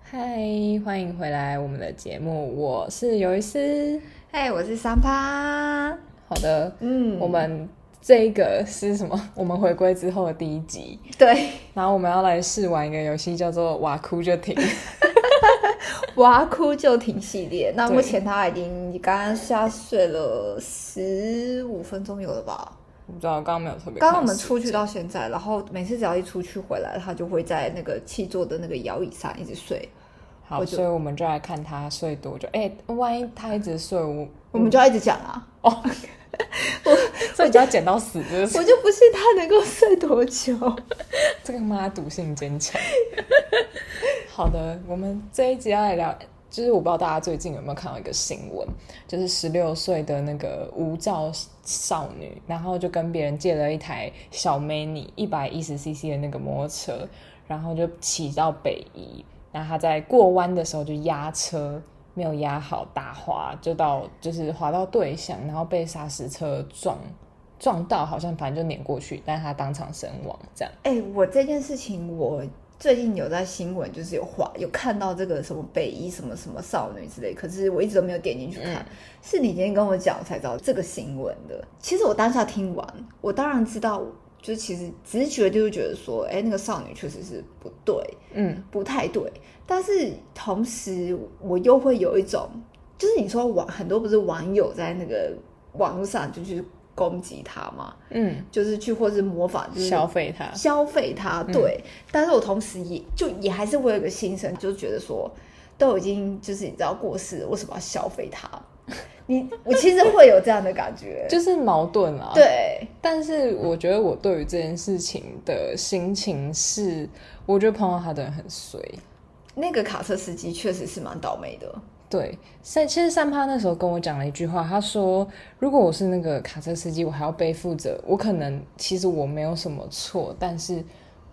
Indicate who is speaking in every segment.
Speaker 1: 嗨，欢迎回来我们的节目，我是尤一思。
Speaker 2: 嗨，我是三趴。
Speaker 1: 好的，
Speaker 2: 嗯
Speaker 1: 我们这个是什么？ 我们回归之后的第一集，
Speaker 2: 对
Speaker 1: 然后我们要来试玩一个游戏，叫做“哇哭就停
Speaker 2: 哇哭就停系列，那
Speaker 1: 对
Speaker 2: 目前他已经刚刚下睡了十五分钟有了吧？”。
Speaker 1: 我不知道，刚刚没有特别看时间。
Speaker 2: 刚刚我们出去到现在，然后每次只要一出去回来，他就会在那个气座的那个摇椅上一直睡，
Speaker 1: 好，
Speaker 2: 我就
Speaker 1: 所以我们就来看他睡多久。哎、万一他一直睡， 我
Speaker 2: 我们就要一直讲啊。
Speaker 1: 所以就要剪到死，就是
Speaker 2: 我就不信他能够睡多久。
Speaker 1: 这个妈毒性坚强。 好的，我们这一集要来聊，就是我不知道大家最近有没有看到一个新闻，就是十六岁的那个无照少女，然后就跟别人借了一台小 mini 一百一十 cc 的那个摩托车，然后就骑到北宜，然后她在过弯的时候就压车。没有压好，打滑就到就是滑到对向，然后被砂石车撞撞到，好像反正就碾过去，但是她当场身亡这样。
Speaker 2: 哎、我这件事情我最近有在新闻，就是有画有看到这个什么北医什么什么少女之类，可是我一直都没有点进去看。是你今天跟我讲，我才知道这个新闻的。其实我当下听完，我当然知道，就是其实直觉就是觉得说，哎、那个少女确实是不对，
Speaker 1: 嗯，
Speaker 2: 不太对。但是同时，我又会有一种，就是你说网很多不是网友在那个网络上就去攻击她嘛，
Speaker 1: 嗯，
Speaker 2: 就是去或是模仿，就是
Speaker 1: 消费它，
Speaker 2: 消费它，
Speaker 1: 嗯
Speaker 2: 对。但是我同时也就也还是会有一个心声，就觉得说，都已经就是你知道过世了，为什么要消 费它？你我其实会有这样的感觉，
Speaker 1: 就是矛盾啊。，
Speaker 2: 对，
Speaker 1: 但是我觉得我对于这件事情的心情是，我觉得碰到他的人很衰。
Speaker 2: 那个卡车司机确实是蛮倒霉的，
Speaker 1: 对，三其实三趴那时候跟我讲了一句话，他说：“如果我是那个卡车司机，我还要背负着，我可能其实我没有什么错，但是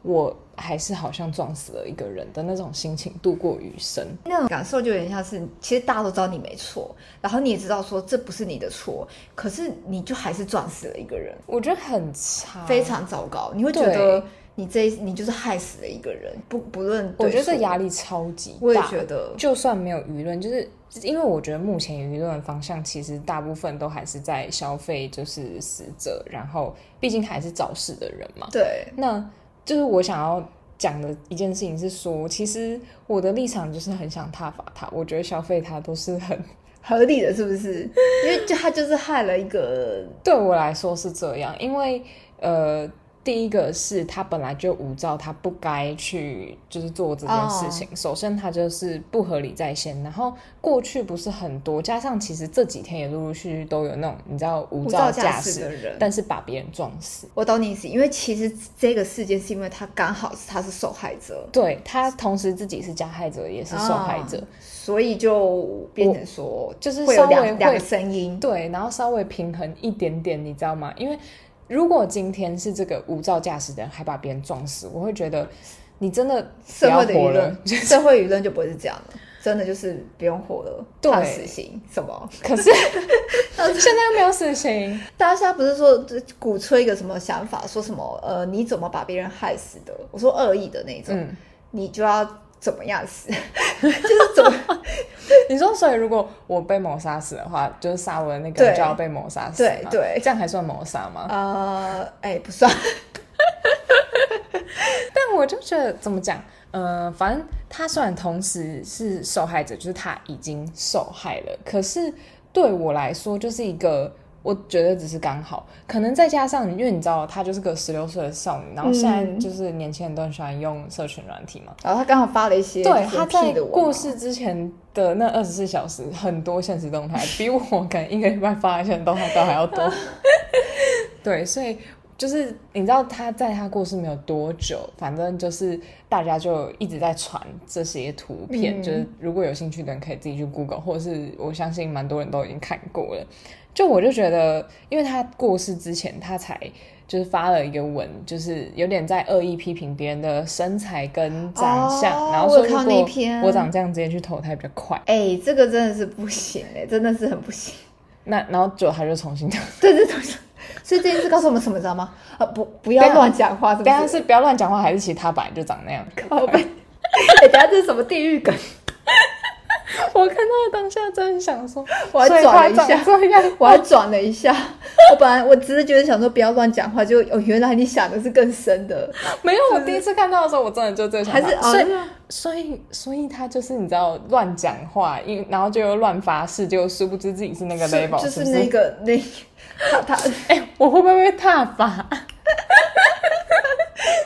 Speaker 1: 我还是好像撞死了一个人的那种心情度过余生。”
Speaker 2: 那种感受就有点像是，其实大家都知道你没错，然后你也知道说这不是你的错，可是你就还是撞死了一个人，
Speaker 1: 我觉得很差，
Speaker 2: 非。常糟糕，你会觉
Speaker 1: 啊对
Speaker 2: 得你这一你就是害死了一个人，不不论
Speaker 1: 我觉得
Speaker 2: 对
Speaker 1: 这
Speaker 2: 错
Speaker 1: 压力超级大，
Speaker 2: 我也觉得
Speaker 1: 就算没有舆论，就是因为我觉得目前舆论的方向其实大部分都还是在消费，就是死者，然后毕竟还是肇事的人嘛。
Speaker 2: 对，
Speaker 1: 那就是我想要讲的一件事情是说，其实我的立场就是很想挞伐他，我觉得消费他都是很
Speaker 2: 合理的，是 不是？因为就他就是害了一个，
Speaker 1: 对我来说是这样，因为呃，第一个是他本来就无照，他不该去就是做这件事
Speaker 2: 哦
Speaker 1: 情。首先，他就是不合理在先，然后过去不是很多，加上其实这几天也陆陆续续都有那种你知道无照
Speaker 2: 无照驾
Speaker 1: 驶
Speaker 2: 驶的人
Speaker 1: 但是把别人撞死。
Speaker 2: 我懂你意思，因为其实这个事件是因为他刚好是他是受害者，
Speaker 1: 对他同时自己是加害者，也是受害者。
Speaker 2: 啊所以就变成说，
Speaker 1: 哦就是
Speaker 2: 会
Speaker 1: 稍
Speaker 2: 有
Speaker 1: 微
Speaker 2: 两两
Speaker 1: 会
Speaker 2: 个声音，
Speaker 1: 对，然后稍微平衡一点点，你知道吗？因为如果今天是这个无照驾驶的人还把别人撞死，我会觉得你真的不
Speaker 2: 社
Speaker 1: 要
Speaker 2: 会的
Speaker 1: 活
Speaker 2: 舆
Speaker 1: 了
Speaker 2: 论。， 社会舆论就不会是这样了，真的就是不用活了，
Speaker 1: 对
Speaker 2: 判死刑什么？
Speaker 1: 可 是现在又没有死刑，
Speaker 2: 大家现在不是说这鼓吹一个什么想法，说什么呃，你怎么把别人害死的？我说恶意的那种，
Speaker 1: 嗯
Speaker 2: 你就要怎么样死， 就是怎么。
Speaker 1: 你说，所以如果我被谋杀死的话，就是杀我的那个
Speaker 2: 对
Speaker 1: 人就要被谋杀死
Speaker 2: 对
Speaker 1: 嘛
Speaker 2: 对
Speaker 1: 这样还算谋杀吗？
Speaker 2: 呃，哎、不算，
Speaker 1: 但我就觉得怎么讲，呃，反正他虽然同时是受害者，就是他已经受害了，可是对我来说就是一个。我觉得只是刚好，可能再加上，因为你知道，她就是个十六岁的少女，然后现在
Speaker 2: 嗯
Speaker 1: 就是年轻人都很喜欢用社群软体嘛，
Speaker 2: 然后他刚好发了一些
Speaker 1: 对，
Speaker 2: 就是
Speaker 1: 他在
Speaker 2: 屁的文
Speaker 1: 过
Speaker 2: 嘛
Speaker 1: 世之前的那二十四小时，很多现实动态比我可能一个礼拜发的现实动态都还要多。对，所以就是你知道他在他过世没有多久，反正就是大家就一直在传这些图片，
Speaker 2: 嗯
Speaker 1: 就是如果有兴趣的人可以自己去 Google，或者是我相信蛮多人都已经看过了。就我就觉得，因为他过世之前，他才就是发了一个文，就是有点在恶意批评别人的身材跟长相，
Speaker 2: 哦
Speaker 1: 然后说
Speaker 2: 我有
Speaker 1: 如
Speaker 2: 看到那
Speaker 1: 果
Speaker 2: 篇
Speaker 1: 我长这样，直接去投胎比较快。
Speaker 2: 哎、这个真的是不行哎、真的是很不行。
Speaker 1: 那然后就他就重新， 等
Speaker 2: 对对对，所以这件事告诉我们什么，你知道吗？啊，不，不
Speaker 1: 等
Speaker 2: 要
Speaker 1: 一下
Speaker 2: 乱讲话，是不
Speaker 1: 下
Speaker 2: 是？
Speaker 1: 是不要乱讲话，还是其实他本来就长那样？
Speaker 2: 靠背 哎、等一下这是什么地狱梗？
Speaker 1: 我看到当下真的想说，
Speaker 2: 我还
Speaker 1: 所以
Speaker 2: 转了
Speaker 1: 他
Speaker 2: 一下
Speaker 1: 长这 样，
Speaker 2: 我还转了一下， 我本来我只是觉得想说不要乱讲话，就哦，原来你想的是更深的，
Speaker 1: 没有，我第一次看到的时候，我真的就这个想
Speaker 2: 还
Speaker 1: 法，
Speaker 2: 是哦
Speaker 1: 所以
Speaker 2: 真的
Speaker 1: 所以所以他就是你知道乱讲话，因然后就又乱发誓，就殊不知自己是那个
Speaker 2: 是
Speaker 1: level，
Speaker 2: 就是
Speaker 1: 不
Speaker 2: 那个那他他
Speaker 1: 哎、我会不会被踏伐？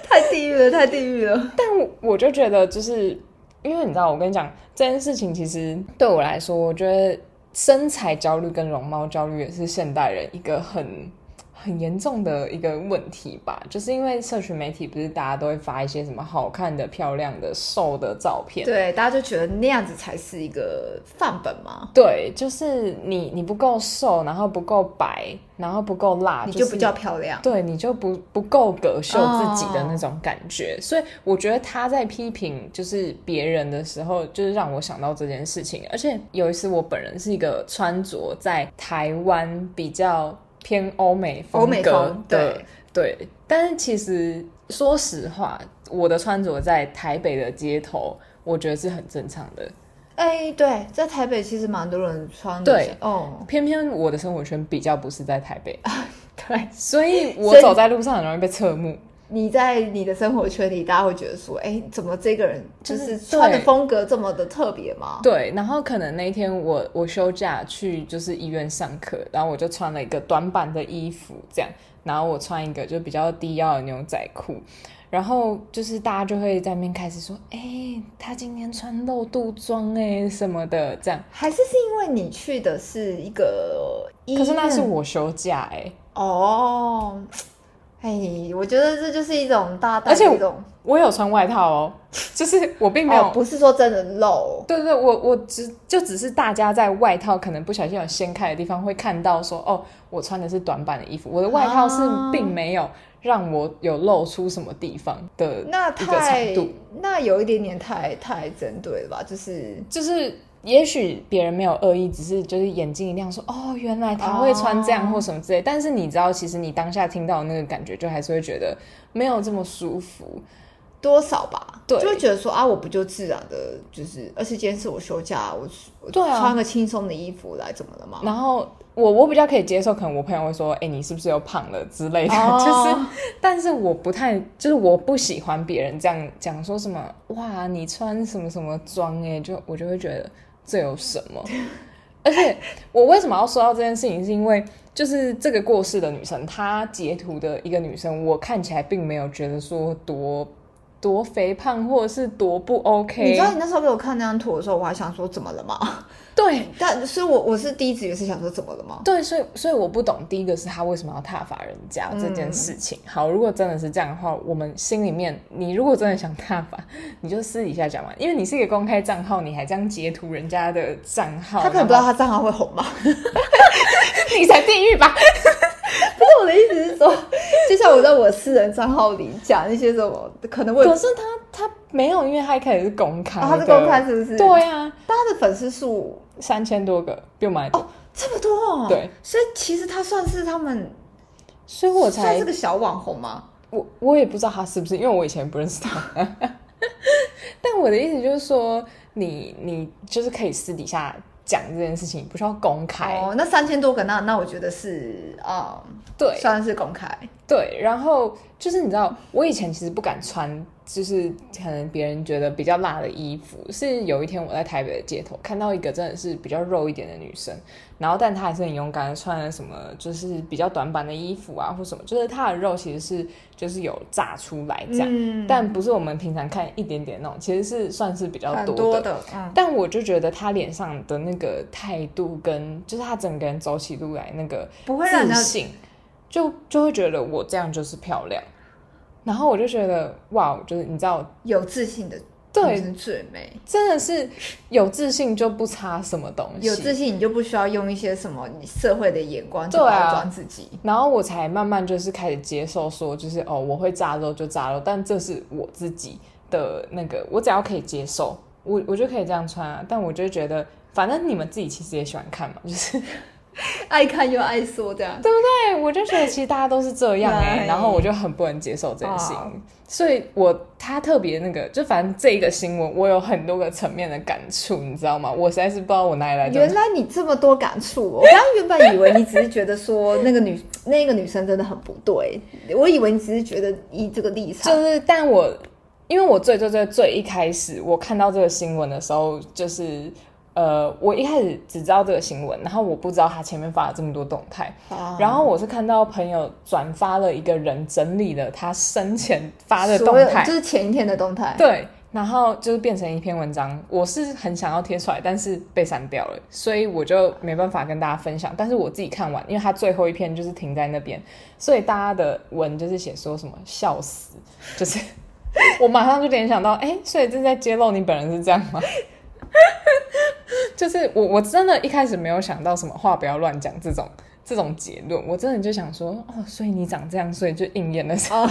Speaker 2: 太地狱了，太地狱了。
Speaker 1: 但我我就觉得，就是因为你知道，我跟你讲这件事情，其实对我来说，我觉得身材焦虑跟容貌焦虑也是现代人一个很很严重的一个问题吧。就是因为社群媒体不是大家都会发一些什么好看的、漂亮的、瘦的照片。
Speaker 2: 对，大家就觉得那样子才是一个范本嘛，
Speaker 1: 对，就是你你不够瘦，然后不够白，然后不够辣，
Speaker 2: 你
Speaker 1: 就
Speaker 2: 就是不叫漂亮。
Speaker 1: 对你就不不够格秀自己的那种感觉，所以我觉得他在批评就是别人的时候，就是让我想到这件事情。而且有一次，我本人是一个穿着在台湾比较偏欧美
Speaker 2: 欧美
Speaker 1: 格
Speaker 2: 风
Speaker 1: 的，对但是其实说实话，我的穿着在台北的街头，我觉得是很正常的。
Speaker 2: 哎，对，在台北其实蛮多人穿的，
Speaker 1: 对
Speaker 2: 哦，
Speaker 1: 偏偏我的生活圈比较不是在台北，
Speaker 2: 对，
Speaker 1: 所以
Speaker 2: 所
Speaker 1: 我
Speaker 2: 以
Speaker 1: 走在路上很容易被侧目。
Speaker 2: 你在你的生活圈里，大家会觉得说，哎，怎么这个人就
Speaker 1: 就是
Speaker 2: 是穿的
Speaker 1: 对
Speaker 2: 风格这么的特别吗？
Speaker 1: 对，然后可能那一天我我休假去就是医院上课，然后我就穿了一个短版的衣服这样，然后我穿一个就比较低腰的牛仔裤，然后就是大家就会在那边开始说，哎、他今天穿露肚装哎、什么的这样，
Speaker 2: 还是是因为你去的是一个医院？
Speaker 1: 可是那是我休假哎、
Speaker 2: 哦，哎，我觉得这就是一种大大
Speaker 1: 而且
Speaker 2: 一种，
Speaker 1: 我有穿外套哦，就是我并没有。
Speaker 2: 哦，不是说真的露，
Speaker 1: 对对，我我只就只是大家在外套可能不小心有掀开的地方会看到说，哦，我穿的是短版的衣服，我的外套是
Speaker 2: 啊
Speaker 1: 并没有让我有露出什么地方的
Speaker 2: 那
Speaker 1: 一个
Speaker 2: 太
Speaker 1: 长度，
Speaker 2: 那有一点点太太针对了吧？就是
Speaker 1: 就是也许别人没有恶意，只是就是眼睛一亮说，哦，原来他会穿这样
Speaker 2: 哦
Speaker 1: 或什么之类，但是你知道，其实你当下听到的那个感觉，就还是会觉得没有这么舒服，
Speaker 2: 多少吧，
Speaker 1: 对
Speaker 2: 就会觉得说啊，我不就自然的，就是，而且今天是我休假，我我
Speaker 1: 对啊
Speaker 2: 穿个轻松的衣服来，怎么了嘛？
Speaker 1: 然后我我比较可以接受，可能我朋友会说，哎、你是不是又胖了之类的，
Speaker 2: 哦
Speaker 1: 就是，但是我不太，就是我不喜欢别人这样讲说什么，哇，你穿什么什么装、欸，哎，就我就会觉得这有什么。 而且我为什么要说到这件事情，是因为就是这个过世的女生，她截图的一个女生，我看起来并没有觉得说多多肥胖或者是多不 OK，
Speaker 2: 你知道你那时候给我看那张图的时候，我还想说怎么了嘛？
Speaker 1: 对，
Speaker 2: 但所以我我是第一直觉是想说怎么了嘛？
Speaker 1: 对，所以所以我不懂，第一个是他为什么要踏伐人家这件事情。好，如果真的是这样的话，我们心里面，你如果真的想踏伐，你就私底下讲嘛，因为你是一个公开账号，你还这样截图人家的账号，
Speaker 2: 他可能不知道他账号会红吧？
Speaker 1: 然后你才地狱吧？
Speaker 2: 不是我的意思是说， 就像我在我私人账号里讲一些什么，可能我也
Speaker 1: 可是他他没有，因为哦他一开始是公开的、
Speaker 2: 哦啊他是公开是不是
Speaker 1: 对啊，
Speaker 2: 但他的粉丝数
Speaker 1: 三千多个，比我们还多，
Speaker 2: 这么多哦，
Speaker 1: 对，
Speaker 2: 所以其实他算是他们
Speaker 1: 所以我
Speaker 2: 算
Speaker 1: 才
Speaker 2: 是个小网红吗？
Speaker 1: 我我也不知道他是不是，因为我以前不认识 他。但我的意思就是说，你你就是可以私底下讲这件事情，不需要公开。
Speaker 2: 哦，那三千多个，那那我觉得是啊、嗯
Speaker 1: 对
Speaker 2: 算是公开。
Speaker 1: 对，然后就是你知道，我以前其实不敢穿，就是可能别人觉得比较辣的衣服。是有一天我在台北的街头看到一个真的是比较肉一点的女生，然后但她还是很勇敢的穿了什么，就是比较短版的衣服啊或什么，就是她的肉其实是就是有炸出来这样。
Speaker 2: 嗯
Speaker 1: 但不是我们平常看一点点那种，其实是算是比较
Speaker 2: 很
Speaker 1: 多的。
Speaker 2: 多的，嗯，
Speaker 1: 但我就觉得他脸上的那个态度跟，就是他整个人走起路来那个
Speaker 2: 不会让人
Speaker 1: 自
Speaker 2: 家
Speaker 1: 信，就就会觉得我这样就是漂亮。然后我就觉得哇，就是你知道，
Speaker 2: 有自信的
Speaker 1: 对
Speaker 2: 女生最美。
Speaker 1: 真的是有自信就不差什么东西，
Speaker 2: 有自信，你就不需要用一些什么社会的眼光去
Speaker 1: 对
Speaker 2: 包
Speaker 1: 啊
Speaker 2: 装自己。
Speaker 1: 然后我才慢慢就是开始接受说，就是哦，我会炸肉就炸肉，但这是我自己的那个，我只要可以接受，我我就可以这样穿啊。但我就觉得，反正你们自己其实也喜欢看嘛，就是
Speaker 2: 爱看又爱说这样。
Speaker 1: 对不对？我就觉得其实大家都是这样哎、
Speaker 2: 对
Speaker 1: 然后我就很不能接受这件事
Speaker 2: 哇
Speaker 1: 情，所以我他特别那个，就反正这一个新闻，我有很多个层面的感触，你知道吗？我实在是不知道我哪里来
Speaker 2: 原
Speaker 1: 的。
Speaker 2: 来你这么多感触哦，我刚刚原本以为你只是觉得说 那个女那个女生真的很不对，我以为你只是觉得以这个立场
Speaker 1: 就，是，但我因为我最最最最一开始我看到这个新闻的时候，就是呃，我一开始只知道这个新闻，然后我不知道他前面发了这么多动态，
Speaker 2: 啊
Speaker 1: 然后我是看到朋友转发了一个人整理了他生前发的动
Speaker 2: 所有
Speaker 1: 态
Speaker 2: 就，是前一天的动态，
Speaker 1: 对，然后就是变成一篇文章。我是很想要贴出来，但是被删掉了，所以我就没办法跟大家分享。但是我自己看完，因为它最后一篇就是停在那边，所以大家的文就是写说什么笑死，就是我马上就联想到，哎、所以这是在揭露你本人是这样吗？就是我我真的一开始没有想到什么话不要乱讲这种这种结论，我真的就想说，哦，所以你长这样，所以就应验了，
Speaker 2: 哦，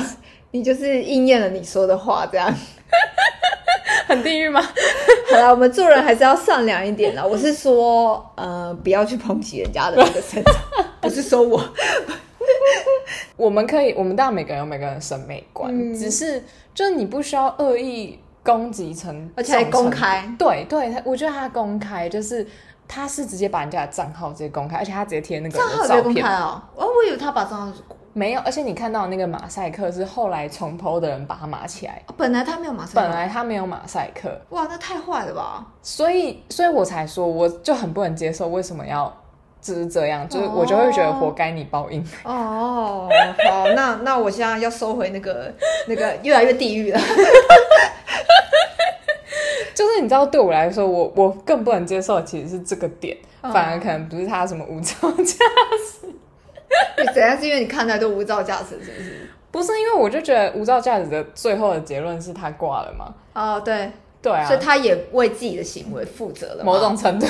Speaker 2: 你就是应验了你说的话这样。
Speaker 1: 很地狱吗？
Speaker 2: 好啦，我们做人还是要善良一点啦。我是说，呃，不要去抨击人家的那个身材，不是说我。
Speaker 1: 我们可以，我们当然每个人有每个人的审美观，
Speaker 2: 嗯
Speaker 1: 只是就你不需要恶意攻击成，
Speaker 2: 而且还
Speaker 1: 这种程
Speaker 2: 公开
Speaker 1: 度对对，他我觉得他公开就是他是直接把人家的账号直接公开，而且他直接贴那个
Speaker 2: 账
Speaker 1: 人
Speaker 2: 号
Speaker 1: 的
Speaker 2: 被
Speaker 1: 照
Speaker 2: 公
Speaker 1: 片
Speaker 2: 开，哦，哦，我以为他把账号，
Speaker 1: 没有，而且你看到那个马赛克是后来重剖的人把他码起来，
Speaker 2: 本来他没有马上。
Speaker 1: 本来他没有马赛克，
Speaker 2: 哇，那太坏了吧？
Speaker 1: 所以所以我才说我就很不能接受为什么要就是这样，就是我就会觉得活该你报应。
Speaker 2: 哦，好，那那我现在要收回那个那个越来越地狱了。
Speaker 1: 就是你知道，对我来说，我我更不能接受的其实是这个点，
Speaker 2: 嗯
Speaker 1: 反而可能不是他什么无照驾，
Speaker 2: 怎样？是因为 你看太多无照驾驶，是不是？
Speaker 1: 不是因为我就觉得无照驾驶的最后的结论是他挂了嘛？
Speaker 2: 哦，对，
Speaker 1: 对啊
Speaker 2: 所以，他也为自己的行为负责了嘛。
Speaker 1: 某种 程度，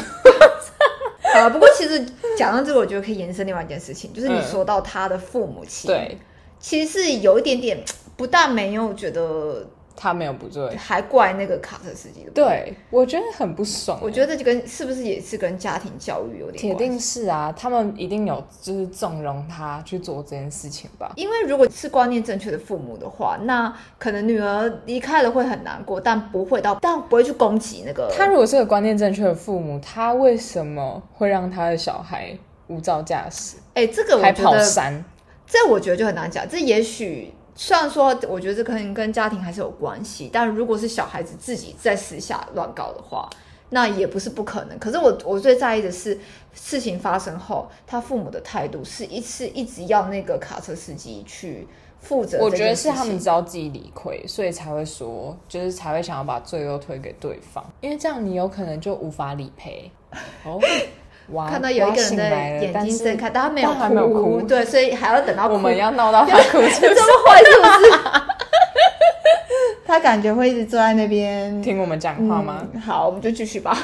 Speaker 2: 啊，不过其实讲到这个，我觉得可以延伸另外一件事情，就是你
Speaker 1: 嗯
Speaker 2: 说到他的父母亲，，
Speaker 1: 对
Speaker 2: 其实是有一点点，不但没有觉得，
Speaker 1: 他没有不对，
Speaker 2: 还怪那个卡车司机的。，
Speaker 1: 对我觉得很不爽。
Speaker 2: 我觉得这就跟是不是也是跟家庭教育有点
Speaker 1: 铁
Speaker 2: 关系。
Speaker 1: 定是啊，他们一定有就是纵容他去做这件事情吧？
Speaker 2: 因为如果是观念正确的父母的话，那可能女儿离开了会很难过，但不会到，但不会去攻击那个
Speaker 1: 他如果是个观念正确的父母，他为什么会让他的小孩无照驾驶，
Speaker 2: 哎、这个我
Speaker 1: 还
Speaker 2: 觉
Speaker 1: 跑
Speaker 2: 得
Speaker 1: 山？
Speaker 2: 这我觉得就很难讲。这也许虽然说，我觉得这可能跟家庭还是有关系，但如果是小孩子自己在私下乱搞的话，那也不是不可能。可是我我最在意的是，事情发生后，他父母的态度是一次一直要那个卡车司机去负责。
Speaker 1: 我觉得是他们。知道自己理亏，所以才会说，就是才会想要把罪都推给对方，因为这样你有可能就无法理赔。哦，哇，
Speaker 2: 看到有一个
Speaker 1: 哇
Speaker 2: 人
Speaker 1: 醒
Speaker 2: 的
Speaker 1: 来了
Speaker 2: 眼
Speaker 1: 但
Speaker 2: 睛
Speaker 1: 是
Speaker 2: 睁开，但他没有
Speaker 1: 但还没有哭
Speaker 2: 对，所以还要等到哭
Speaker 1: 我 们要闹到他哭
Speaker 2: 这
Speaker 1: 就
Speaker 2: 么坏是不是？ 他感觉会一直坐在那边
Speaker 1: 听我们讲话吗？
Speaker 2: 嗯好，我们就继续吧。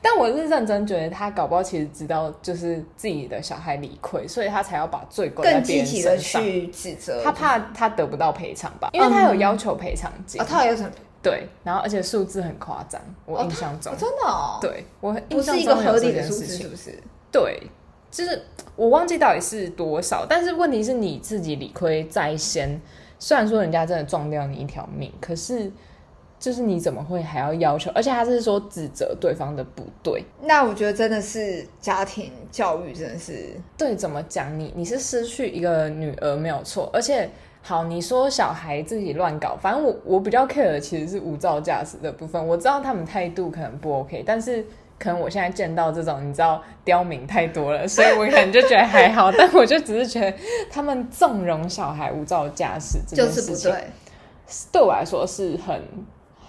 Speaker 1: 但我是认真觉得他搞不好其实知道就是自己的小孩理亏，所以他才要把罪归在
Speaker 2: 更
Speaker 1: 别
Speaker 2: 积
Speaker 1: 人
Speaker 2: 极的
Speaker 1: 身上。
Speaker 2: 去指责
Speaker 1: 他怕他得不到赔偿吧，因为他有要求赔偿金，
Speaker 2: 啊，他有什么？
Speaker 1: 对，然后而且数字很夸张，我印象中，
Speaker 2: 哦真的哦，，
Speaker 1: 对我
Speaker 2: 不
Speaker 1: 印象
Speaker 2: 是一个
Speaker 1: 中有
Speaker 2: 合理
Speaker 1: 这
Speaker 2: 的
Speaker 1: 件
Speaker 2: 数
Speaker 1: 事
Speaker 2: 字，
Speaker 1: 情
Speaker 2: 是不是？
Speaker 1: 对，就是我忘记到底是多少，但是问题是你自己理亏在先。虽然说人家真的撞掉你一条命，可是就是你怎么会还要要求？而且他是说指责对方的不对，
Speaker 2: 那我觉得真的是家庭教育真的是
Speaker 1: 对，怎么讲你？你是失去一个女儿没有错，而且好，你说小孩自己乱搞，反正我我比较 care 的其实是无照驾驶的部分。我知道他们态度可能不 OK，但是可能我现在见到这种你知道刁民太多了，所以我可能就觉得还好，但我就只是觉得他们纵容小孩无照驾驶这件
Speaker 2: 就是
Speaker 1: 事情，
Speaker 2: 不对，
Speaker 1: 对我来说是很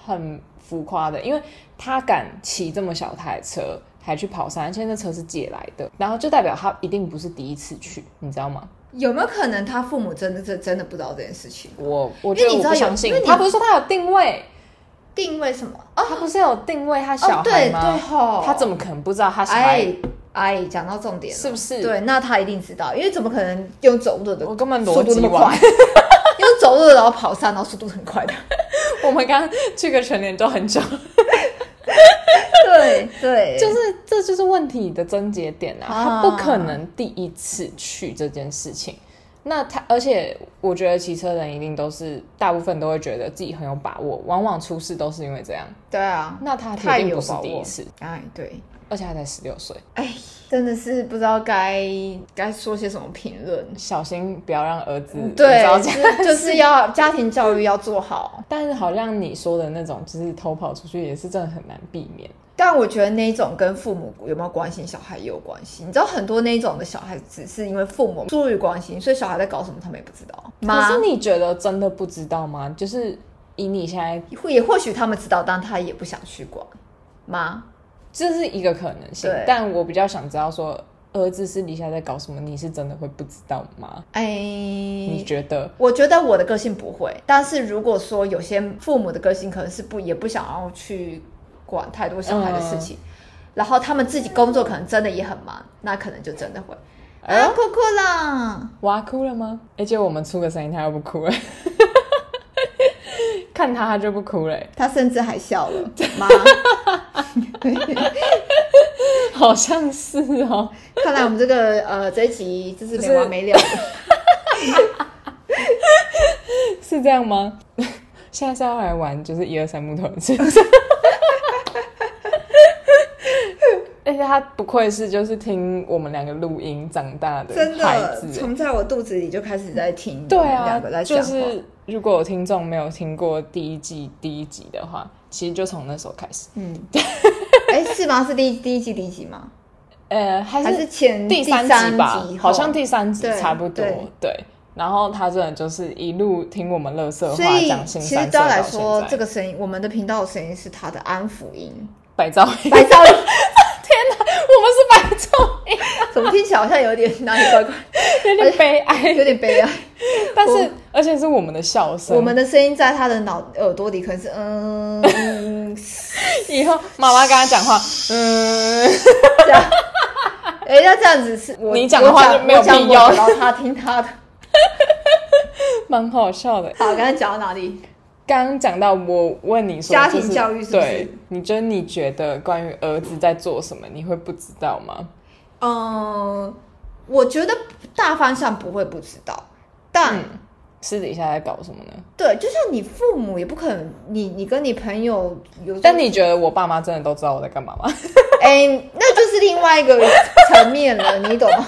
Speaker 1: 很浮夸的，因为他敢骑这么小台车，还去跑山，而且那车是借来的，然后就代表他一定不是第一次去，你知道吗？
Speaker 2: 有没有可能他父母真的是真的不知道这件事情？
Speaker 1: 我我
Speaker 2: 因
Speaker 1: 觉
Speaker 2: 为
Speaker 1: 得
Speaker 2: 你
Speaker 1: 我
Speaker 2: 知道
Speaker 1: 不
Speaker 2: 有
Speaker 1: 相信
Speaker 2: 因为，你
Speaker 1: 他不是说他有定位，
Speaker 2: 定位什么？哦
Speaker 1: 他不是有定位他小孩
Speaker 2: 哦，对
Speaker 1: 吗？
Speaker 2: 对吼，
Speaker 1: 他怎么可能不知道他小
Speaker 2: 哎
Speaker 1: 孩？
Speaker 2: 哎，讲到重点了，
Speaker 1: 是不是
Speaker 2: 对，那他一定知道，因为怎么可能用走路的
Speaker 1: 我根本
Speaker 2: 速
Speaker 1: 逻
Speaker 2: 度那
Speaker 1: 辑
Speaker 2: 么
Speaker 1: 完，
Speaker 2: 快，用走路的然后跑山，然后速度很快 的。
Speaker 1: 我们刚刚去个全年都很久，
Speaker 2: 对对，
Speaker 1: 就是这这就是问题的症结点啊！
Speaker 2: 啊
Speaker 1: 他不可能第一次去这件事情。那他，而且我觉得骑车人一定都是大部分都会觉得自己很有把握，往往出事都是因为这样。
Speaker 2: 对啊，
Speaker 1: 那他
Speaker 2: 太
Speaker 1: 铁定
Speaker 2: 有
Speaker 1: 不是
Speaker 2: 把
Speaker 1: 第
Speaker 2: 握
Speaker 1: 一次，
Speaker 2: 哎，对，
Speaker 1: 而且他才十六岁，
Speaker 2: 哎，真的是不知道该该说些什么评论。
Speaker 1: 小心不要让儿子
Speaker 2: 对
Speaker 1: 遭，
Speaker 2: 就
Speaker 1: 家。
Speaker 2: 是 就是要家庭教育要做好，
Speaker 1: 但是好像你说的那种，就是偷跑出去也是真的很难避免。
Speaker 2: 但我觉得那一种跟父母有没有关心，小孩也有关系。你知道很多那一种的小孩，只是因为父母疏于关心，所以小孩在搞什么他们也不知道。
Speaker 1: 可
Speaker 2: 妈
Speaker 1: 是你觉得真的不知道吗？就是以你现在，
Speaker 2: 会也或许他们知道，但他也不想去管。妈，
Speaker 1: 这是一个可能性
Speaker 2: 对，
Speaker 1: 但我比较想知道说，儿子私底下在搞什么，你是真的会不知道吗？你
Speaker 2: 哎，
Speaker 1: 觉得？
Speaker 2: 我觉得我的个性不会，但是如果说有些父母的个性可能是不也不想要去管太多小孩的事情。
Speaker 1: 嗯
Speaker 2: 然后他们自己工作可能真的也很忙，那可能就真的会
Speaker 1: 哎
Speaker 2: 啊
Speaker 1: 呦
Speaker 2: 哭哭啦，
Speaker 1: 哇，哭了吗？而且我们出个声音，他又不哭了， 看他他就不哭了，欸
Speaker 2: 他甚至还笑了， 妈。
Speaker 1: 好像是哦。
Speaker 2: 看来我们这个呃这一集就是没完没了。
Speaker 1: 是这样吗？ 现在是要来玩，就是一二三木头人， 是不是？而且他不愧是就是听我们两个录音长大的
Speaker 2: 真
Speaker 1: 孩
Speaker 2: 的，
Speaker 1: 子，欸
Speaker 2: 从在我肚子里就开始在听
Speaker 1: 对
Speaker 2: 你们
Speaker 1: 啊
Speaker 2: 两个在，讲
Speaker 1: 就
Speaker 2: 话。
Speaker 1: 是如果有听众没有听过第一季第一集的话，其实就从那时候开始，
Speaker 2: 嗯， 哎、是吗？是第一第一集第一集吗？
Speaker 1: 呃，还
Speaker 2: 还是前
Speaker 1: 第
Speaker 2: 三
Speaker 1: 集吧，
Speaker 2: 集
Speaker 1: 好像第三集
Speaker 2: 对
Speaker 1: 差不多
Speaker 2: 对，
Speaker 1: 对。然后他真的就是一路听我们乐色
Speaker 2: 所
Speaker 1: 话
Speaker 2: 以
Speaker 1: 讲新
Speaker 2: 其
Speaker 1: 三色
Speaker 2: 实对他来
Speaker 1: 到现
Speaker 2: 说
Speaker 1: 在，，
Speaker 2: 这个声音，我们的频道的声音是他的安抚音。
Speaker 1: 白噪音，
Speaker 2: 白噪音
Speaker 1: 我们是白噪音，
Speaker 2: 怎么听起来好像有点哪里怪怪，
Speaker 1: 有点悲哀。
Speaker 2: 有 点悲哀。
Speaker 1: 但是而且是我们的笑声，
Speaker 2: 我们的声音在他的脑耳朵里可能是嗯，嗯
Speaker 1: 以后妈妈跟他讲话，嗯，
Speaker 2: 这样。哎、那这样子是我
Speaker 1: 你讲的话
Speaker 2: 我
Speaker 1: 就没有
Speaker 2: 我讲
Speaker 1: 必要
Speaker 2: 我然后他听他的。
Speaker 1: 蛮好笑的。
Speaker 2: 好，刚才讲到哪里？
Speaker 1: 刚刚讲到我问你说，
Speaker 2: 家
Speaker 1: 就是
Speaker 2: 庭教育是不是
Speaker 1: 对，你觉得你觉得关于儿子在做什么，你会不知道吗？
Speaker 2: 嗯，我觉得大方向不会不知道，但、
Speaker 1: 嗯，私底下在搞什么呢？
Speaker 2: 对，就像你父母也不可能，你你跟你朋友有，
Speaker 1: 但你觉得我爸妈真的都知道我在干嘛吗？
Speaker 2: 哎、那就是另外一个层面了，你懂吗？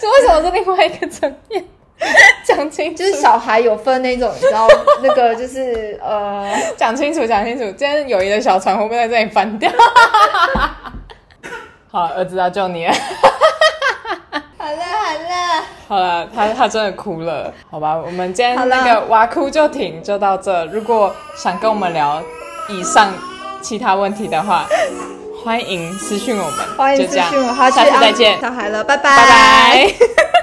Speaker 1: 这为什么是另外一个层面？ 讲清楚
Speaker 2: 就，是小孩有分那种，你知道那个就是呃，
Speaker 1: 讲清楚，讲清楚。今天友谊的小船会不会在这里翻掉？ 好，儿子要救你了。
Speaker 2: 好了好了，
Speaker 1: 好了，他他真的哭了，好吧，我们今天
Speaker 2: 好了
Speaker 1: 那个哇哭就停就到这。如果想跟我们聊以上其他问题的话，欢迎私讯我们，
Speaker 2: 欢迎
Speaker 1: 就
Speaker 2: 私
Speaker 1: 这样
Speaker 2: 讯我，好
Speaker 1: 下
Speaker 2: 去
Speaker 1: 次再
Speaker 2: 安
Speaker 1: 见，
Speaker 2: 小孩了，拜拜
Speaker 1: 拜
Speaker 2: 拜
Speaker 1: 拜。